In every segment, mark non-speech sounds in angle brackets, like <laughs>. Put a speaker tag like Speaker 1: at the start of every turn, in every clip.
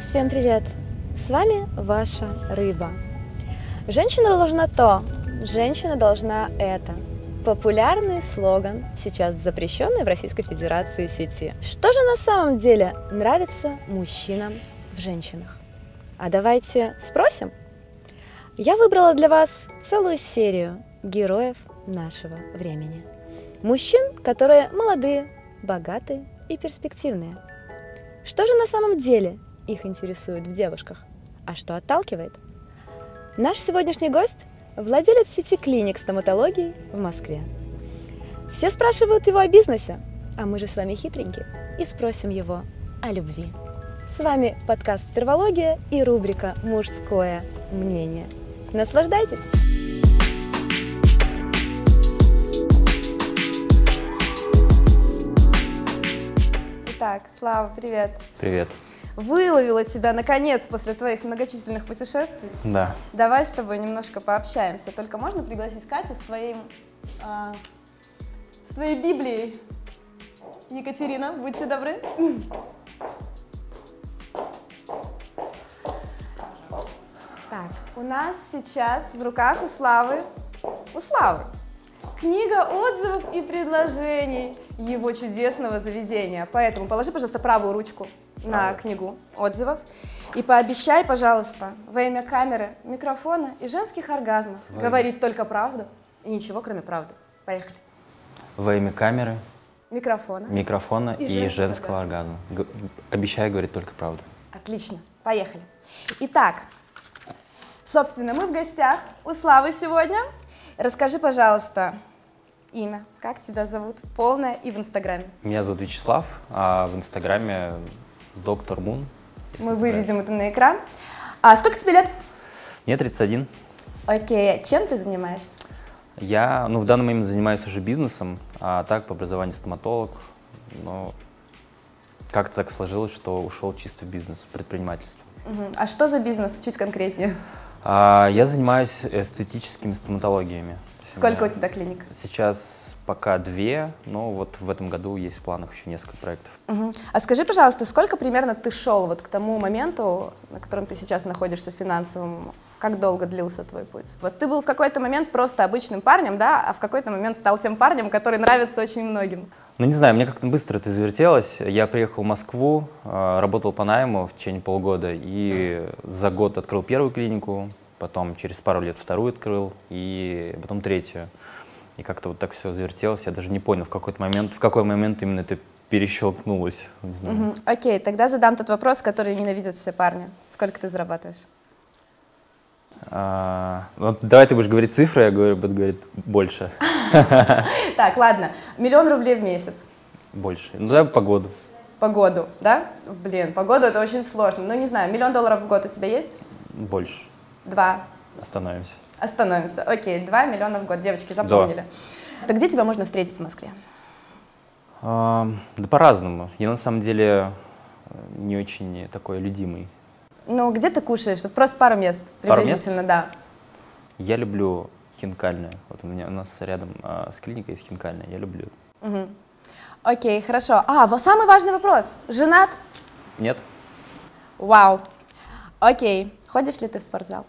Speaker 1: Всем привет! С вами ваша рыба. Женщина должна то, женщина должна это. Популярный слоган сейчас в запрещенной в Российской Федерации сети. Что же на самом деле нравится мужчинам в женщинах? А давайте спросим. Я выбрала для вас целую серию героев нашего времени. Мужчин, которые молодые, богатые и перспективные. Что же на самом деле их интересует в девушках? А что отталкивает? Наш сегодняшний гость – владелец сети клиник стоматологии в Москве. Все спрашивают его о бизнесе, а мы же с вами хитренькие и спросим его о любви. С вами подкаст «Сервология» и рубрика «Мужское мнение». Наслаждайтесь!
Speaker 2: Итак, Слава, привет.
Speaker 3: Привет.
Speaker 2: Выловила тебя наконец после твоих многочисленных путешествий.
Speaker 3: Да.
Speaker 2: Давай с тобой немножко пообщаемся. Только можно пригласить Катю с своим, а, с твоей Библией. Екатерина, будьте добры. Так, у нас сейчас в руках у Славы, у Славы, книга отзывов и предложений его чудесного заведения. Поэтому положи, пожалуйста, правую ручку на книгу отзывов и пообещай, пожалуйста, во имя камеры, микрофона и женских оргазмов говорить только правду и ничего, кроме правды. Поехали.
Speaker 3: Во имя камеры,
Speaker 2: Микрофона.
Speaker 3: микрофона
Speaker 2: И
Speaker 3: и,
Speaker 2: женского
Speaker 3: женского оргазма. Г- обещаю говорить только правду.
Speaker 2: Отлично, поехали. Итак, собственно, мы в гостях у Славы сегодня. Расскажи, пожалуйста, имя, как тебя зовут, полное и в Инстаграме.
Speaker 3: Меня зовут Вячеслав, а в Инстаграме доктор Мун. если
Speaker 2: Мы
Speaker 3: не
Speaker 2: выведем это на экран. А сколько тебе лет?
Speaker 3: правильно. Мне 31.
Speaker 2: Окей, а чем ты занимаешься?
Speaker 3: Я, ну, в данный момент занимаюсь уже бизнесом, а так по образованию стоматолог, но как-то так сложилось, что ушел чисто в бизнес, в предпринимательство.
Speaker 2: Мгм. А что за бизнес? Чуть конкретнее.
Speaker 3: А, я занимаюсь эстетическими стоматологиями. То есть
Speaker 2: Сколько у
Speaker 3: меня-
Speaker 2: тебя клиник?
Speaker 3: Сейчас пока две, но вот в этом году есть в планах еще несколько проектов.
Speaker 2: Мгм. А скажи, пожалуйста, сколько примерно ты шел вот к тому моменту, на котором ты сейчас находишься финансовым? Как долго длился твой путь? Вот ты был в какой-то момент просто обычным парнем, да, а в какой-то момент стал тем парнем, который нравится очень многим.
Speaker 3: Ну, не знаю, мне как-то быстро это завертелось. Я приехал в Москву, э, работал по найму в течение полгода, и за год открыл первую клинику, потом через пару лет вторую открыл, и потом третью. И как-то вот так все завертелось. Я даже не понял, в какой-то момент, в какой момент именно это перещелкнулось. Не знаю.
Speaker 2: Мгм. Окей, тогда задам тот вопрос, который ненавидят все парни. Сколько ты зарабатываешь?
Speaker 3: А, вот давай ты будешь говорить цифры, а я говорю, буду говорить больше.
Speaker 2: Так, ладно, миллион рублей в месяц.
Speaker 3: Больше. Ну, давай по году.
Speaker 2: По году, да? Блин, по году это очень сложно. Ну, не знаю, миллион долларов в год у тебя есть?
Speaker 3: Больше.
Speaker 2: Два.
Speaker 3: Остановимся.
Speaker 2: Остановимся. Окей, 2 миллиона в год, девочки, запомнили. Так где тебя можно встретить в Москве?
Speaker 3: Ам, А, Да по-разному. Я на самом деле э, не очень такой людимый.
Speaker 2: Ну, где ты кушаешь? Вот просто пару мест,
Speaker 3: Пару мест?
Speaker 2: приблизительно, да.
Speaker 3: Я люблю хинкальное. Вот у меня у нас рядом а, с клиникой есть хинкальное. Я люблю.
Speaker 2: Мгм. Окей, хорошо. А, вот самый важный вопрос. Женат?
Speaker 3: Нет?
Speaker 2: Вау. Окей. Ходишь ли ты в спортзал?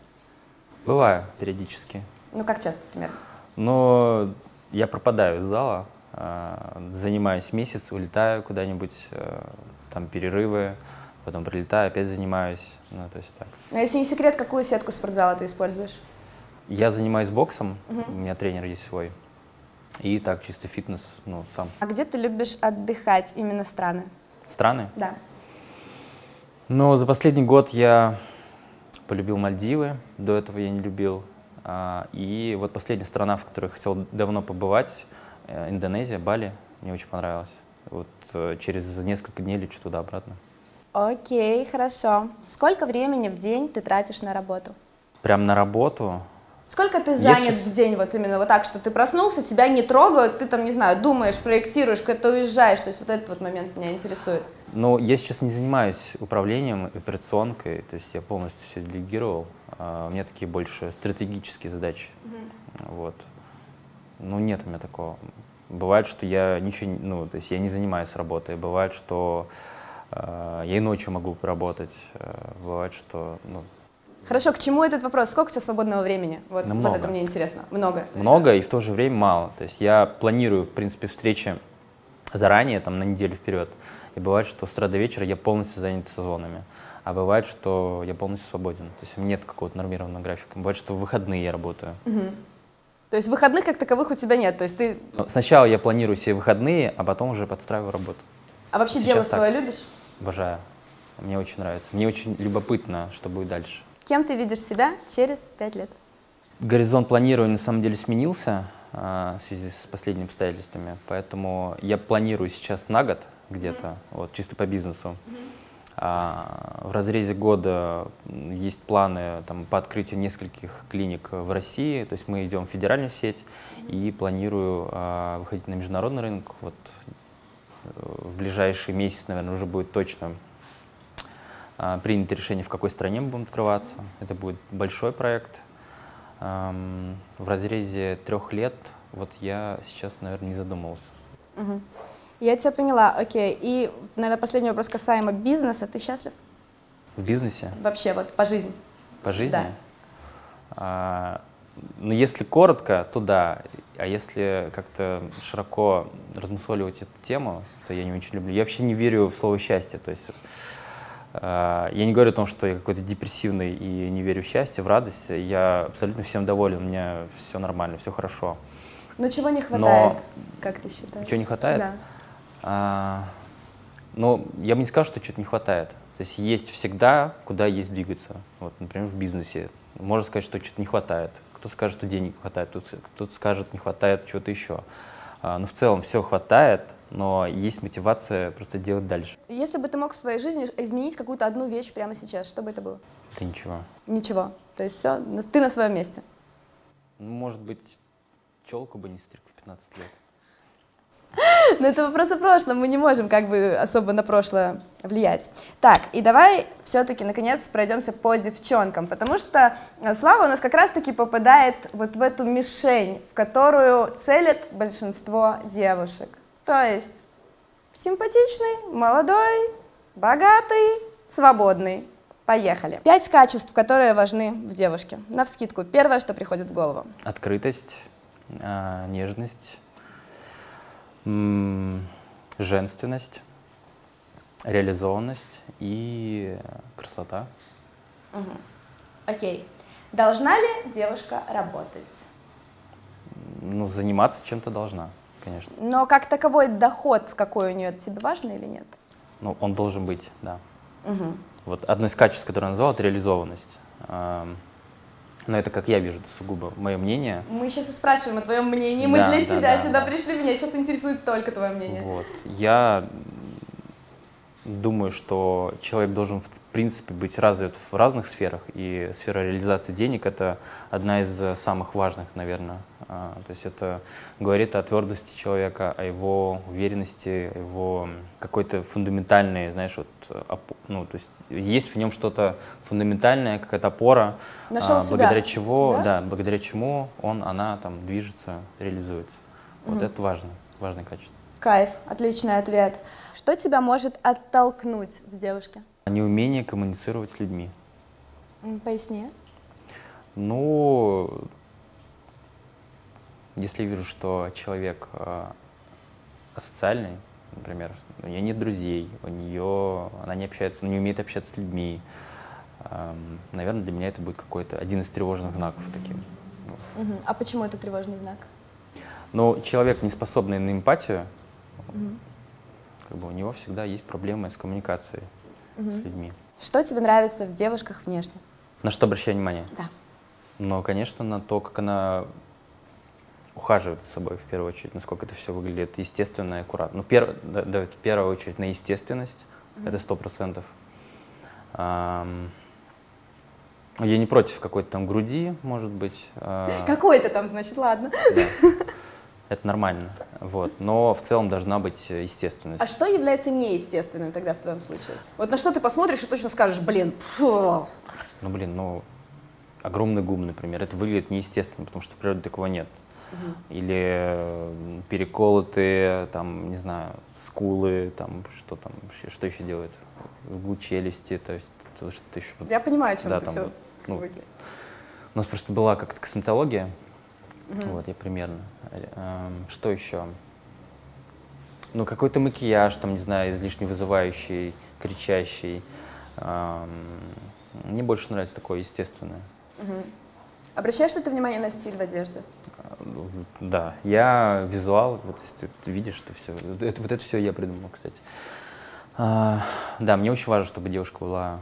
Speaker 3: Бываю периодически.
Speaker 2: Ну, как часто, например?
Speaker 3: Но я пропадаю из зала. а, Занимаюсь месяц, улетаю куда-нибудь, э, там перерывы, потом прилетаю, опять занимаюсь. Ну, то есть так.
Speaker 2: Ну, если не секрет, какую сетку спортзала ты используешь?
Speaker 3: Я занимаюсь боксом, у меня тренер есть свой. И так, чисто фитнес, ну, сам.
Speaker 2: А где ты любишь отдыхать? Именно страны?
Speaker 3: Страны?
Speaker 2: Да.
Speaker 3: Ну, за последний год я полюбил Мальдивы, до этого я не любил. А, И вот последняя страна, в которой я хотел давно побывать, э, Индонезия, Бали, мне очень понравилось. Вот э, через несколько дней лечу туда-обратно.
Speaker 2: Окей, хорошо. Сколько времени в день ты тратишь на работу?
Speaker 3: Прям на работу.
Speaker 2: Сколько ты
Speaker 3: Есть
Speaker 2: занят
Speaker 3: час-
Speaker 2: в день, вот именно вот так, что ты проснулся, тебя не трогают, ты там, не знаю, думаешь, проектируешь, куда-то уезжаешь, то есть вот этот вот момент меня интересует.
Speaker 3: Но я сейчас не занимаюсь управлением, и операционкой, то есть я полностью все делегировал. А, У меня такие больше стратегические задачи. Вот. Ну, нет у меня такого. Бывает, что я ничего, не- ну, то есть я не занимаюсь работой. Бывает, что Э, Я и ночью могу поработать. Э, Бывает, что ну,
Speaker 2: Хорошо, к чему этот вопрос? Сколько у тебя свободного времени? Вот,
Speaker 3: Да
Speaker 2: вот
Speaker 3: много.
Speaker 2: это мне интересно. Много. То есть,
Speaker 3: много и в то же время мало. То есть я планирую, в принципе, встречи заранее, там, на неделю вперед. И бывает, что с утра до вечера я полностью занят созвонами. А бывает, что я полностью свободен. То есть у меня нет какого-то нормированного графика. Бывает, что в выходные я работаю.
Speaker 2: То есть выходных как таковых у тебя нет. То есть ты
Speaker 3: Но Сначала я планирую все выходные, а потом уже подстраиваю работу.
Speaker 2: а вообще
Speaker 3: Сейчас
Speaker 2: дело
Speaker 3: так.
Speaker 2: свое любишь?
Speaker 3: Обожаю. Мне очень нравится. Мне очень любопытно, что будет дальше.
Speaker 2: Кем ты видишь себя через пять лет?
Speaker 3: Горизонт планирования на самом деле сменился а, в связи с последними обстоятельствами, поэтому я планирую сейчас на год где-то, вот чисто по бизнесу. А, в разрезе года м, есть планы там, по открытию нескольких клиник в России, то есть мы идем в федеральную сеть и планирую а, выходить на международный рынок. Вот э, в ближайший месяц, наверное, уже будет точно а, принято решение, в какой стране мы будем открываться. Это будет большой проект. Ам, В разрезе трех лет вот я сейчас, наверное, не задумывался.
Speaker 2: Я тебя поняла, окей. И, наверное, последний вопрос касаемо бизнеса. Ты счастлив?
Speaker 3: В бизнесе,
Speaker 2: Вообще, вот по жизни.
Speaker 3: по жизни.
Speaker 2: Да.
Speaker 3: А, ну, если коротко, то да. А если как-то широко размусоливать эту тему, что я не очень люблю, я вообще не верю в слово счастье. То есть а, я не говорю о том, что я какой-то депрессивный и не верю в счастье, в радость. Я абсолютно всем доволен, у меня все нормально, все хорошо.
Speaker 2: Но Ну, чего не
Speaker 3: Но-
Speaker 2: хватает, как ты считаешь?
Speaker 3: Чего не хватает?
Speaker 2: Да.
Speaker 3: А, но я бы не сказал, что чего-то не хватает. То есть есть всегда, куда есть двигаться. Вот, например, в бизнесе. Можно сказать, что чего-то не хватает. Кто скажет, что денег не хватает, кто-то с- кто-то скажет, не хватает чего-то еще. А, но в целом все хватает, но есть мотивация просто делать дальше.
Speaker 2: Если бы ты мог в своей жизни изменить какую-то одну вещь прямо сейчас, что бы это было?
Speaker 3: Да ничего.
Speaker 2: Ничего. То есть все, ты на своем месте.
Speaker 3: Ну, может быть, челку бы не стриг в 15 лет.
Speaker 2: Но Ну, это вопрос о прошлом, мы не можем как бы особо на прошлое влиять. Так, и давай все-таки, наконец, пройдемся по девчонкам, потому что э, Слава у нас как раз-таки попадает вот в эту мишень, в которую целят большинство девушек. То есть симпатичный, молодой, богатый, свободный. Поехали. Пять качеств, которые важны в девушке. Навскидку, первое, что приходит в голову.
Speaker 3: Открытость, а, нежность, м, женственность, реализованность и э, красота.
Speaker 2: Окей. Должна ли девушка работать?
Speaker 3: Ну, заниматься чем-то должна, конечно.
Speaker 2: Но как таковой доход, какой у нее, тебе важно или нет?
Speaker 3: Ну, он должен быть, да. Вот одно из качеств, которое я назвал, это реализованность. Ам, Но это, как я вижу, это сугубо мое мнение.
Speaker 2: Мы сейчас и спрашиваем о твоем мнении, мы
Speaker 3: Да,
Speaker 2: для
Speaker 3: да,
Speaker 2: тебя
Speaker 3: да,
Speaker 2: сюда
Speaker 3: да.
Speaker 2: пришли, меня сейчас интересует только твое мнение.
Speaker 3: Вот. Я м, думаю, что человек должен, в принципе, быть развит в разных сферах, и сфера реализации денег — это одна из э, самых важных, наверное. А, То есть это говорит о твердости человека, о его уверенности, о его м, какой-то фундаментальной, знаешь, вот, э, опо- ну, то есть есть в нем что-то фундаментальное, какая-то опора,
Speaker 2: Нашел
Speaker 3: а,
Speaker 2: себя,
Speaker 3: благодаря чего,
Speaker 2: да?
Speaker 3: да, благодаря чему он, она там движется, реализуется. Вот это важно, важное качество.
Speaker 2: Кайф, отличный ответ. Что тебя может оттолкнуть в девушке?
Speaker 3: Неумение а коммуницировать с людьми.
Speaker 2: М, Поясни.
Speaker 3: Ну, если я вижу, что человек э, асоциальный, например, у нее нет друзей, у нее она не общается, ну, не умеет общаться с людьми, эм, наверное, для меня это будет какой-то один из тревожных знаков таким. Вот.
Speaker 2: Мгм. А почему это тревожный знак?
Speaker 3: Но человек, не способный на эмпатию, как бы у него всегда есть проблемы с коммуникацией с людьми.
Speaker 2: Что тебе нравится в девушках внешне?
Speaker 3: На что обращаю внимание?
Speaker 2: Да.
Speaker 3: Но, конечно, на то, как она ухаживает за собой, в первую очередь, насколько это все выглядит естественно и аккуратно. Ну, в, пер- да- да, в первую очередь на естественность, это сто процентов. Ам, Я не против какой-то там груди, может быть. а,
Speaker 2: Какой-то там, значит, ладно.
Speaker 3: да. Это нормально, вот. Но в целом должна быть э, естественность.
Speaker 2: А что является неестественным тогда в твоем случае? Вот на что ты посмотришь и точно скажешь, блин, пфу».
Speaker 3: Ну, блин, ну, огромный губ, например, это выглядит неестественно, потому что в природе такого нет. или э, переколотые, там, не знаю, скулы, там, что там, щ- что еще делают, в углу челюсти, то есть, то, что еще... вот-
Speaker 2: Я понимаю, о чем
Speaker 3: Да,
Speaker 2: ты
Speaker 3: там
Speaker 2: все
Speaker 3: вот, ну, У нас просто была как-то косметология, вот, я примерно. Э, эм, Что еще? Ну, какой-то макияж, там, не знаю, излишне вызывающий, кричащий. Эм, Мне больше нравится такое естественное.
Speaker 2: Обращаешь ли ты внимание на стиль в одежде?
Speaker 3: А, ну, в- Да, я визуал, вот если ты- ты видишь, ты все. Это, вот это все я придумал, кстати. А, да, мне очень важно, чтобы девушка была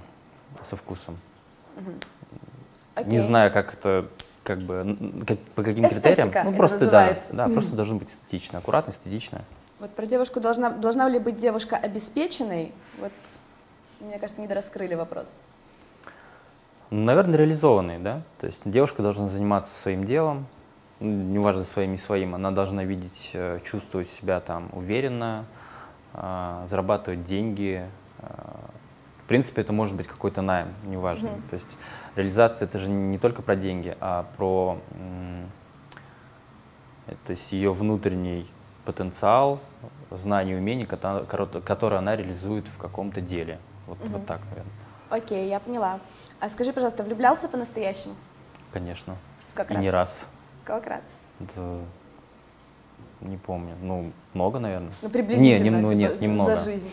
Speaker 3: со вкусом. Не
Speaker 2: Окей.
Speaker 3: знаю, как это, как бы, н- как- по каким
Speaker 2: Эстетика
Speaker 3: критериям. Ну,
Speaker 2: это
Speaker 3: просто
Speaker 2: называется.
Speaker 3: да, да, просто должно быть эстетично, аккуратно, эстетично.
Speaker 2: Вот про девушку должна, должна ли быть девушка обеспеченной? Вот, мне кажется, недораскрыли вопрос.
Speaker 3: Ну, Наверное, реализованный, да? То есть девушка должна заниматься своим делом, м, неважно своим и своим, она должна видеть, э, чувствовать себя там уверенно, а, зарабатывать деньги. а. В принципе, это может быть какой-то найм, неважно. То есть реализация это же не только про деньги, а про м, э, то есть ее внутренний потенциал, знания и умения, кота- коро- которые она реализует в каком-то деле. Вот, вот так, наверное.
Speaker 2: Окей, я поняла. А скажи, пожалуйста, влюблялся по-настоящему?
Speaker 3: Конечно.
Speaker 2: Сколько
Speaker 3: И
Speaker 2: раз?
Speaker 3: не раз.
Speaker 2: Сколько раз?
Speaker 3: Да, не помню. Ну, много, наверное.
Speaker 2: Ну, приблизительно.
Speaker 3: Не, нем- ну,
Speaker 2: типа,
Speaker 3: нет,
Speaker 2: за-
Speaker 3: немного.
Speaker 2: За жизнь.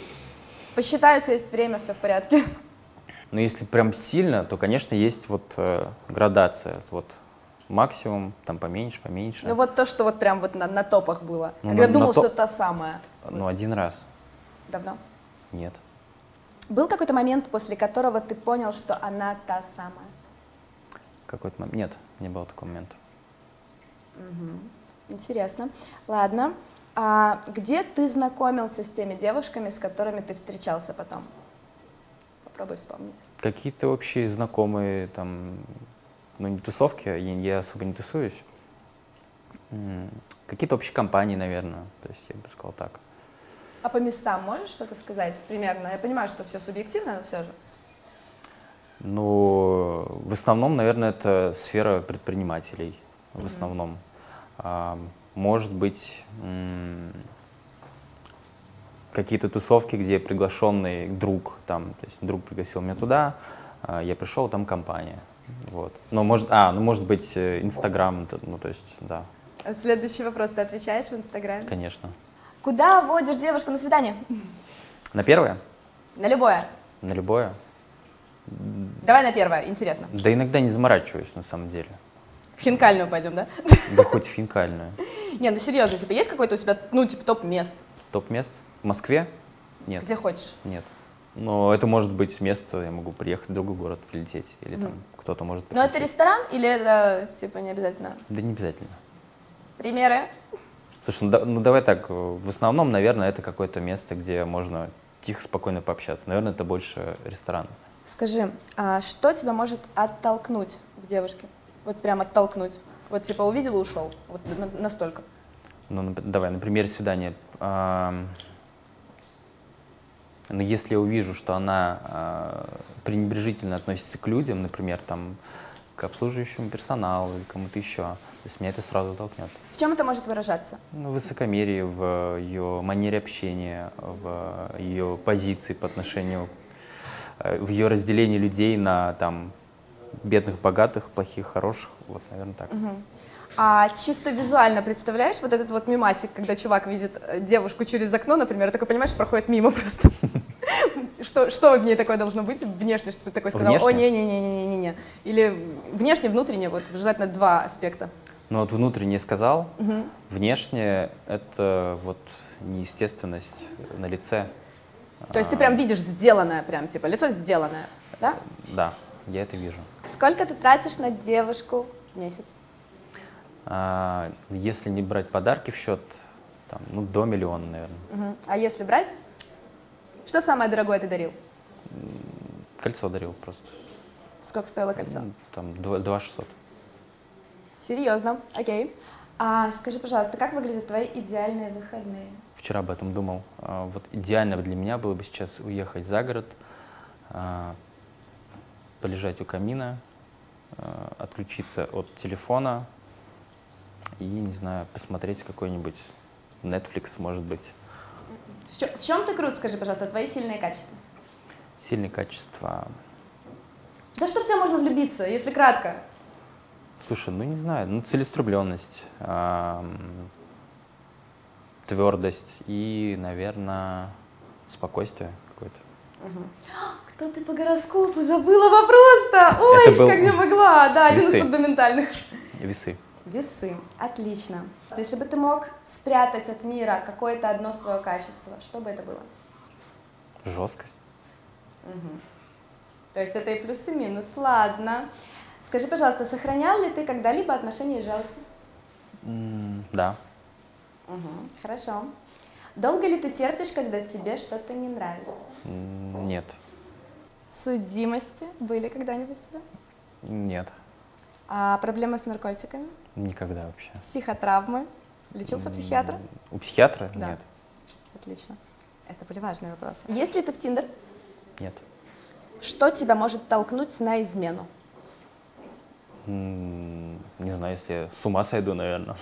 Speaker 2: Посчитается, есть время, все в порядке.
Speaker 3: Но если прям сильно, то, конечно, есть вот э, градация. Вот максимум, там поменьше, поменьше.
Speaker 2: Ну, вот то, что вот прям вот на, на топах было.
Speaker 3: Ну,
Speaker 2: когда
Speaker 3: на-
Speaker 2: думал,
Speaker 3: на топ-
Speaker 2: что та самая.
Speaker 3: Ну, один раз.
Speaker 2: Давно.
Speaker 3: Нет.
Speaker 2: Был какой-то момент, после которого ты понял, что она та самая?
Speaker 3: Какой-то момент. Нет, не было такого момента.
Speaker 2: Интересно. Ладно. А где ты знакомился с теми девушками, с которыми ты встречался потом? Попробуй вспомнить.
Speaker 3: Какие-то общие знакомые там, ну, не тусовки, я, я особо не тусуюсь. М, Какие-то общие компании, наверное. То есть я бы сказал так.
Speaker 2: А по местам можешь что-то сказать примерно? Я понимаю, что все субъективно, но все же.
Speaker 3: Ну, в основном, наверное, это сфера предпринимателей. В основном. А, Может быть, м, какие-то тусовки, где приглашенный друг, там, то есть друг пригласил меня туда, а, я пришел, там компания. Вот. Но может, а, ну, может быть, э, Инстаграм, это, ну, то есть, да,
Speaker 2: Следующий вопрос ты отвечаешь в Инстаграме.
Speaker 3: конечно.
Speaker 2: Куда водишь девушку на свидание?
Speaker 3: На первое?
Speaker 2: На любое.
Speaker 3: На любое?
Speaker 2: Давай на первое, интересно.
Speaker 3: Да иногда не заморачиваюсь, на самом деле.
Speaker 2: В хинкальную пойдем, да?
Speaker 3: Да хоть финкальную.
Speaker 2: Не, ну серьезно, типа есть какой-то у тебя, ну, типа топ-мест,
Speaker 3: Топ-мест? В Москве? Нет.
Speaker 2: где хочешь?
Speaker 3: Нет. Но это может быть место, я могу приехать в другой город, прилететь, или там кто-то может
Speaker 2: Но Ну, это
Speaker 3: прилететь.
Speaker 2: ресторан или это, типа, не обязательно?
Speaker 3: Да не обязательно.
Speaker 2: Примеры?
Speaker 3: Слушай, ну, да- ну давай так, э, в основном, наверное, это какое-то место, где можно тихо, спокойно пообщаться. Наверное, это больше ресторан.
Speaker 2: Скажи, а что тебя может оттолкнуть в девушке? Вот прям оттолкнуть. Вот типа увидел и ушел. Вот на- настолько.
Speaker 3: Ну, нап- давай, на примере свидания. Ам, Ну, если я увижу, что она а, пренебрежительно относится к людям, например, там, к обслуживающему персоналу или кому-то еще, то есть меня это сразу толкнет.
Speaker 2: В чем это может выражаться?
Speaker 3: Ну, в высокомерии, в ее манере общения, в ее позиции по отношению, э, в ее разделении людей на там бедных, богатых, плохих, хороших. Вот, наверное, так.
Speaker 2: А чисто визуально представляешь вот этот вот мимасик, когда чувак видит э, девушку через окно, например, и такой, понимаешь, проходит мимо <laughs> просто. Что, что в ней такое должно быть внешне, что ты такой сказал? О,
Speaker 3: Внешне?
Speaker 2: не-не-не-не-не-не. Или внешне, внутренне, вот желательно два аспекта.
Speaker 3: Ну вот внутренне сказал, внешне это вот неестественность на лице.
Speaker 2: То есть ты прям видишь сделанное, прям типа лицо сделанное, да?
Speaker 3: Да, я это вижу.
Speaker 2: Сколько ты тратишь на девушку в месяц?
Speaker 3: А, если не брать подарки в счет, там, ну, до миллиона, наверное.
Speaker 2: Мгм. А если брать? Что самое дорогое ты дарил?
Speaker 3: Кольцо дарил просто.
Speaker 2: Сколько стоило кольцо?
Speaker 3: Ну, Там два- два 600.
Speaker 2: Серьезно, окей. А скажи, пожалуйста, как выглядят твои идеальные выходные?
Speaker 3: Вчера об этом думал. А, Вот идеально для меня было бы сейчас уехать за город, а, полежать у камина, а, отключиться от телефона, и, не знаю, посмотреть какой-нибудь Netflix, может быть,
Speaker 2: В чё- в чем ты крут, скажи, пожалуйста, твои сильные качества?
Speaker 3: сильные качества.
Speaker 2: Да что в тебя можно влюбиться, если кратко?
Speaker 3: Слушай, ну не знаю, ну целеустремленность, а, ам, твердость и, наверное, спокойствие какое-то.
Speaker 2: Кто ты по гороскопу? Забыла вопрос-то! Ой,
Speaker 3: Это был
Speaker 2: как не могла! Да, один из
Speaker 3: весы.
Speaker 2: фундаментальных.
Speaker 3: Весы.
Speaker 2: Весы. Отлично. Если бы ты мог спрятать от мира какое-то одно свое качество, что бы это было?
Speaker 3: Жесткость.
Speaker 2: То есть это и плюс, и минус. Ладно. Скажи, пожалуйста, сохранял ли ты когда-либо отношения с жалостью?
Speaker 3: М, Да.
Speaker 2: Мгм, Хорошо. Долго ли ты терпишь, когда тебе что-то не нравится?
Speaker 3: М, Нет.
Speaker 2: Судимости были когда-нибудь у тебя?
Speaker 3: Нет.
Speaker 2: А проблемы с наркотиками?
Speaker 3: Никогда вообще.
Speaker 2: Психотравмы? Лечился у психиатра?
Speaker 3: М, У психиатра?
Speaker 2: Да.
Speaker 3: Нет.
Speaker 2: Отлично. Это были важные вопросы. Если ты в Тиндер,
Speaker 3: Нет.
Speaker 2: что тебя может толкнуть на измену?
Speaker 3: М, Не знаю, если с ума сойду, наверное.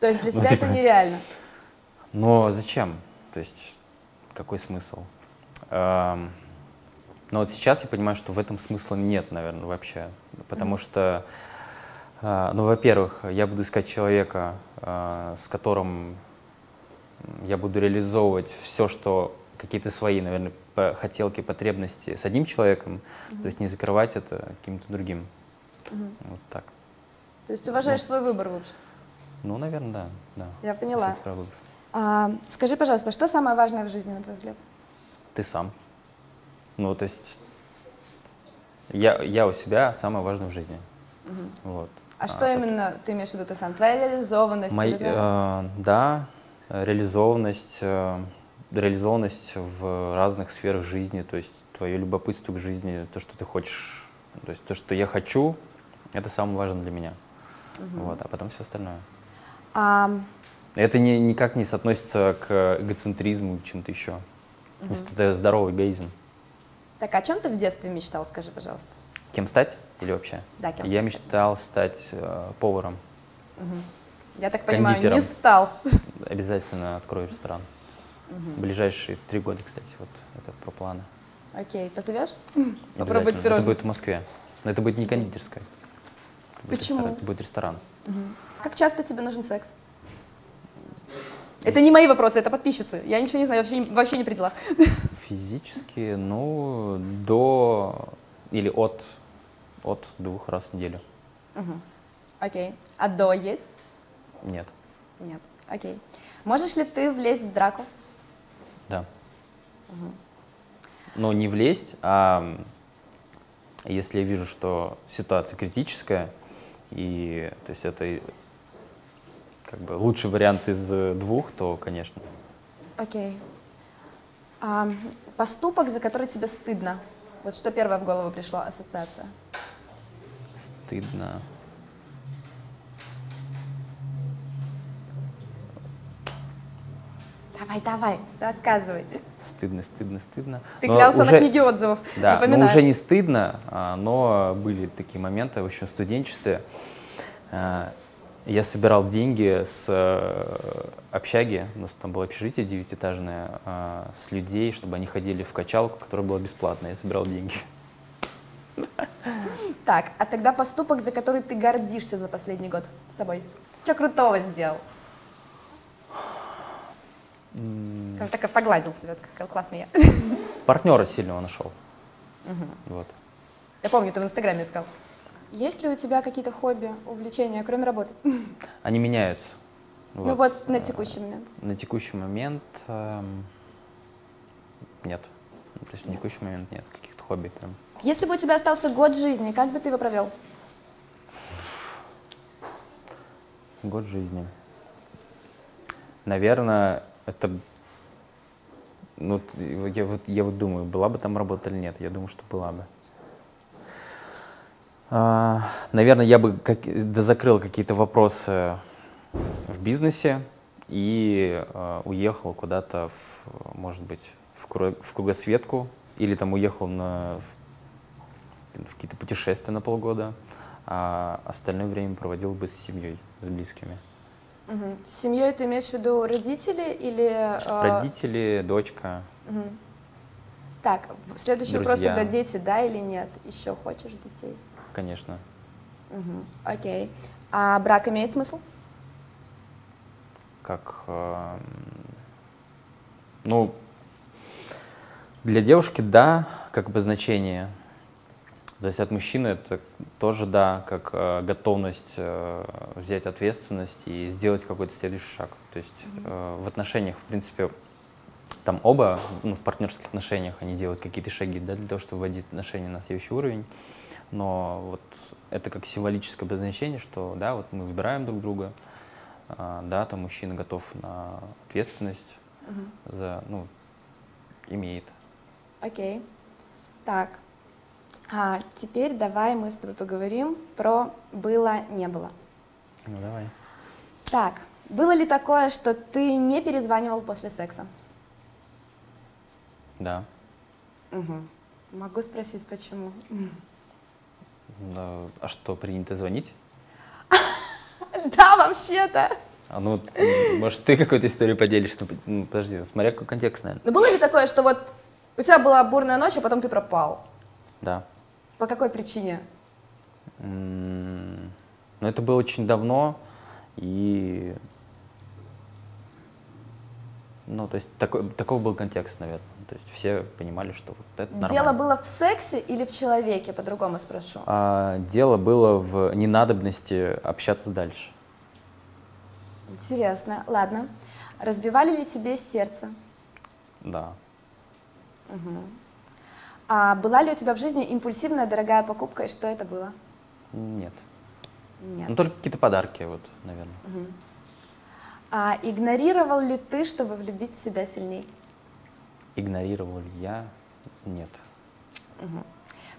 Speaker 2: То есть для
Speaker 3: Ну,
Speaker 2: тебя это
Speaker 3: типа-
Speaker 2: нереально.
Speaker 3: Но зачем? То есть какой смысл? Эм, Но вот сейчас я понимаю, что в этом смысла нет, наверное, вообще. Потому что, э, ну, во-первых, я буду искать человека, э, с которым я буду реализовывать все, что какие-то свои, наверное, по- хотелки, потребности с одним человеком, то есть не закрывать это каким-то другим. Вот так.
Speaker 2: То есть уважаешь свой выбор, в общем.
Speaker 3: Ну, наверное, да. да.
Speaker 2: Я поняла.
Speaker 3: Если про выбор.
Speaker 2: А, скажи, пожалуйста, что самое важное в жизни, на твой взгляд?
Speaker 3: ты сам. Ну, то есть я, я у себя самое важное в жизни. Вот.
Speaker 2: А, что
Speaker 3: так.
Speaker 2: именно ты имеешь в виду ты сам? Твоя реализованность?
Speaker 3: Мои-
Speaker 2: или твоя-
Speaker 3: э, да, э, реализованность, э, реализованность в разных сферах жизни, то есть твое любопытство к жизни, то, что ты хочешь, то есть то, что я хочу, это самое важное для меня. Вот, а потом все остальное.
Speaker 2: А,
Speaker 3: Это ни- никак не соотносится к эгоцентризму, чем-то еще. То есть это здоровый эгоизм.
Speaker 2: так, о чем ты в детстве мечтал, скажи, пожалуйста?
Speaker 3: Кем стать или вообще?
Speaker 2: Да, кем
Speaker 3: Я
Speaker 2: стать.
Speaker 3: мечтал стать э, поваром.
Speaker 2: Я так понимаю, не
Speaker 3: Кондитером.
Speaker 2: стал.
Speaker 3: Обязательно открою ресторан. В ближайшие три года, кстати, вот это про планы.
Speaker 2: Окей, позовешь?
Speaker 3: Обязательно.
Speaker 2: Попробовать
Speaker 3: Это
Speaker 2: пирожное.
Speaker 3: будет в Москве. Но это будет не кондитерская. Это будет
Speaker 2: Почему?
Speaker 3: ресторан- это будет ресторан.
Speaker 2: Как часто тебе нужен секс? Это не мои вопросы, это подписчицы. Я ничего не знаю, вообще, не- вообще не при делах.
Speaker 3: Физически, ну, до или от, от двух раз в неделю.
Speaker 2: Окей. А до есть?
Speaker 3: Нет.
Speaker 2: Нет. Окей. Можешь ли ты влезть в драку?
Speaker 3: Да. Но не влезть, а м, если я вижу, что ситуация критическая, и то есть это и, как бы лучший вариант из э, двух, то, конечно,
Speaker 2: Окей. А, поступок, за который тебе стыдно? Вот что первое в голову пришло, ассоциация.
Speaker 3: стыдно.
Speaker 2: Давай, давай, рассказывай.
Speaker 3: Стыдно, стыдно, стыдно.
Speaker 2: Ты
Speaker 3: Но
Speaker 2: клялся
Speaker 3: Ну, уже-
Speaker 2: на книге отзывов.
Speaker 3: Да, но
Speaker 2: Напоминаю.
Speaker 3: уже не стыдно, а, но были такие моменты, в общем, в студенчестве. А, Я собирал деньги с э, общаги, у нас там было общежитие девятиэтажное, а, с людей, чтобы они ходили в качалку, которая была бесплатная, я собирал деньги.
Speaker 2: Так, а тогда поступок, за который ты гордишься за последний год собой. Че крутого сделал? Как так и погладил себя, так сказал, классный я.
Speaker 3: Партнера сильного нашел. Вот.
Speaker 2: Я помню, ты в Инстаграме искал. Есть ли у тебя какие-то хобби, увлечения, кроме работы?
Speaker 3: Они меняются.
Speaker 2: Ну вот на текущий момент.
Speaker 3: На текущий момент эм, нет. Ну, То есть на текущий момент нет каких-то хобби прям.
Speaker 2: Если бы у тебя остался год жизни, как бы ты его провел?
Speaker 3: Год жизни. Наверное, это... Ну, т- я, вот, я вот думаю, была бы там работа или нет. Я думаю, что была бы. А, наверное, я бы как, закрыл какие-то вопросы в бизнесе и а, уехал куда-то, в, может быть, в, круг- в кругосветку или там уехал на, в, в какие-то путешествия на полгода, а остальное время проводил бы с семьей, с близкими.
Speaker 2: Мгм. С семьей ты имеешь в виду родители или... э,
Speaker 3: Родители, дочка.
Speaker 2: мгм. Так, в- следующий вопрос
Speaker 3: Друзья.
Speaker 2: тогда дети, да или нет? Еще хочешь детей?
Speaker 3: Конечно.
Speaker 2: Мгм. Окей. А брак имеет смысл?
Speaker 3: Как, э, ну, для девушки да, как обозначение. То есть от мужчины это тоже да, как э, готовность э, взять ответственность и сделать какой-то следующий шаг. То есть э, в отношениях, в принципе, там оба, в- ну, в партнерских отношениях они делают какие-то шаги, да, для того, чтобы вводить отношения на следующий уровень. Но вот это как символическое обозначение, что, да, вот мы выбираем друг друга, а, да, там мужчина готов на ответственность за, ну, имеет.
Speaker 2: Окей. Так. А теперь давай мы с тобой поговорим про было-не было.
Speaker 3: Ну, давай.
Speaker 2: Так, было ли такое, что ты не перезванивал после секса?
Speaker 3: Да.
Speaker 2: Могу спросить, почему? <laughs>
Speaker 3: Да, А что, принято звонить?
Speaker 2: Да, вообще-то.
Speaker 3: А ну, м, может, ты какую-то историю поделишь? Ну, п- ну, подожди, смотря какой контекст, наверное.
Speaker 2: Но Ну, было ли такое, что вот у тебя была бурная ночь, а потом ты пропал?
Speaker 3: Да.
Speaker 2: По какой причине?
Speaker 3: М, Но это было очень давно, и... Ну, то есть, такой, таков был контекст, наверное. То есть, все понимали, что вот это нормально.
Speaker 2: Дело было в сексе или в человеке, по-другому спрошу.
Speaker 3: А, дело было в ненадобности общаться дальше.
Speaker 2: Интересно. Ладно. Разбивали ли тебе сердце?
Speaker 3: Да.
Speaker 2: А была ли у тебя в жизни импульсивная дорогая покупка, и что это было?
Speaker 3: Нет.
Speaker 2: Нет.
Speaker 3: Ну, только какие-то подарки, вот, наверное.
Speaker 2: А игнорировал ли ты, чтобы влюбить в себя сильней?
Speaker 3: Игнорировал ли я? Нет.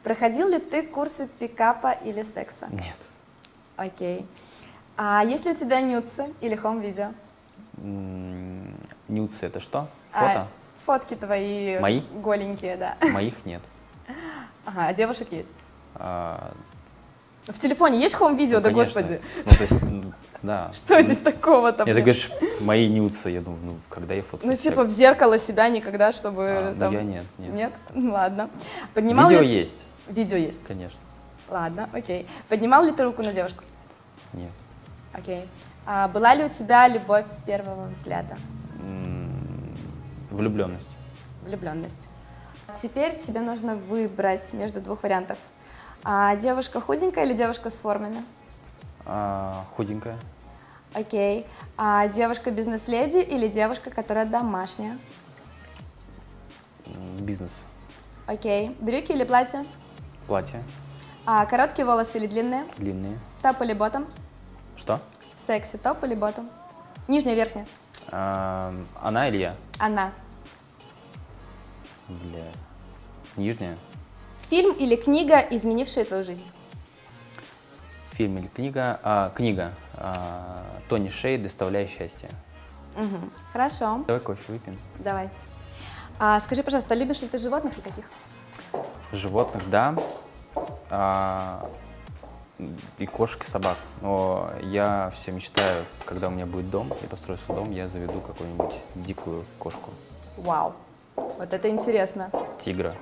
Speaker 2: Проходил ли ты курсы пикапа или секса?
Speaker 3: Нет.
Speaker 2: Окей. А есть ли у тебя нюцы или хом-видео?
Speaker 3: М, Нюцы это что?
Speaker 2: А,
Speaker 3: Фото?
Speaker 2: фотки твои
Speaker 3: Мои?
Speaker 2: голенькие, да.
Speaker 3: Моих нет.
Speaker 2: Ага, а девушек есть.
Speaker 3: А,
Speaker 2: В телефоне есть хом-видео,
Speaker 3: ну,
Speaker 2: да
Speaker 3: конечно.
Speaker 2: господи.
Speaker 3: Ну, то есть, м, да.
Speaker 2: Что здесь такого-то?
Speaker 3: Я
Speaker 2: блин?
Speaker 3: ты говоришь, мои нюцы, я думаю, ну, когда я фоткаю
Speaker 2: Ну,
Speaker 3: себя?
Speaker 2: типа, в зеркало себя никогда, чтобы...
Speaker 3: А, ну,
Speaker 2: там-
Speaker 3: я нет, нет.
Speaker 2: Нет? Ну, Ладно. Поднимал
Speaker 3: Видео
Speaker 2: ли...
Speaker 3: есть,
Speaker 2: Видео есть.
Speaker 3: конечно.
Speaker 2: Ладно, окей. Поднимал ли ты руку на девушку?
Speaker 3: Нет.
Speaker 2: Окей. А была ли у тебя любовь с первого взгляда?
Speaker 3: М, Влюбленность.
Speaker 2: Влюбленность. Теперь тебе нужно выбрать между двух вариантов. А, девушка худенькая или девушка с формами?
Speaker 3: А, Худенькая.
Speaker 2: Окей. А, девушка бизнес-леди или девушка, которая домашняя?
Speaker 3: М, Бизнес.
Speaker 2: Окей. Брюки или платье?
Speaker 3: Платье.
Speaker 2: А, короткие волосы или длинные?
Speaker 3: Длинные.
Speaker 2: Топ или ботом?
Speaker 3: Что?
Speaker 2: В сексе топ или ботом? Нижняя, верхняя?
Speaker 3: А, Она или я?
Speaker 2: Она.
Speaker 3: Бля. Нижняя.
Speaker 2: Фильм или книга, изменившая твою жизнь?
Speaker 3: Фильм или книга? А, книга. А, Тони Шей «Доставляя счастье».
Speaker 2: Мгм. Хорошо.
Speaker 3: Давай кофе выпьем.
Speaker 2: Давай. А, скажи, пожалуйста, любишь ли ты животных и каких?
Speaker 3: Животных, да. А, и кошек, и собак. Но я все мечтаю, когда у меня будет дом, я построю свой дом, я заведу какую-нибудь дикую кошку.
Speaker 2: Вау. Вот это интересно.
Speaker 3: Тигра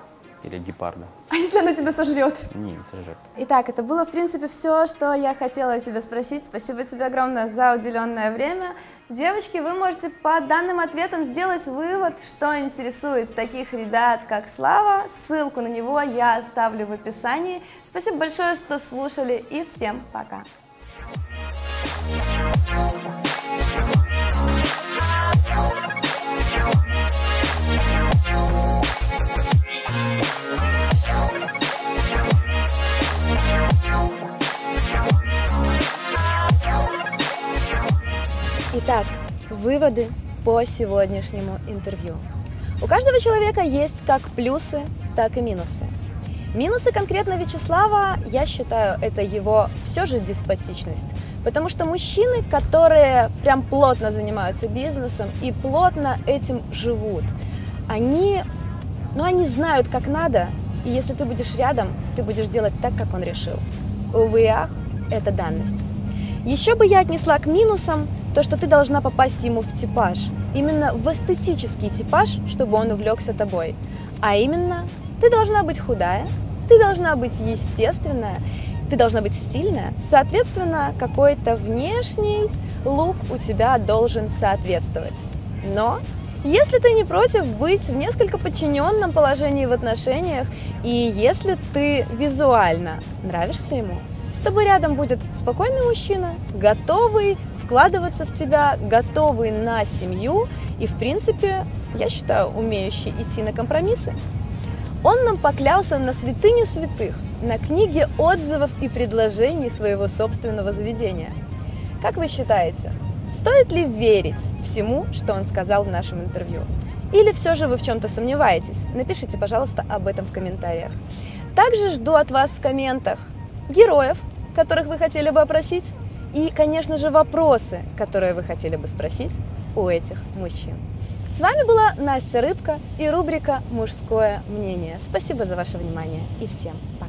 Speaker 3: или гепарда.
Speaker 2: <laughs> А если она тебя сожрет?
Speaker 3: Не, не сожрет.
Speaker 2: Итак, это было, в принципе, все, что я хотела тебя спросить. Спасибо тебе огромное за уделенное время. Девочки, вы можете по данным ответам сделать вывод, что интересует таких ребят, как Слава. Ссылку на него я оставлю в описании. Спасибо большое, что слушали, и всем пока.
Speaker 1: Итак, выводы по сегодняшнему интервью. У каждого человека есть как плюсы, так и минусы. Минусы конкретно Вячеслава, я считаю, это его все же деспотичность. Потому что мужчины, которые прям плотно занимаются бизнесом и плотно этим живут, они, ну, они знают, как надо, и если ты будешь рядом, ты будешь делать так, как он решил. Увы и ах, это данность. Еще бы я отнесла к минусам
Speaker 2: то, что ты должна попасть ему в типаж. Именно в эстетический типаж, чтобы он увлекся тобой. А именно, ты должна быть худая, ты должна быть естественная, ты должна быть стильная. Соответственно, какой-то внешний лук у тебя должен соответствовать. Но если ты не против быть в несколько подчиненном положении в отношениях, и если ты визуально нравишься ему, с тобой рядом будет спокойный мужчина, готовый вкладываться в тебя, готовый на семью и, в принципе, я считаю, умеющий идти на компромиссы. Он нам поклялся на святыне святых, на книге отзывов и предложений своего собственного заведения. Как вы считаете, стоит ли верить всему, что он сказал в нашем интервью? Или все же вы в чем-то сомневаетесь? Напишите, пожалуйста, об этом в комментариях. Также жду от вас в комментах героев, которых вы хотели бы опросить, и, конечно же, вопросы, которые вы хотели бы спросить у этих мужчин. С вами была Настя Рыбка и рубрика «Мужское мнение». Спасибо за ваше внимание и всем пока!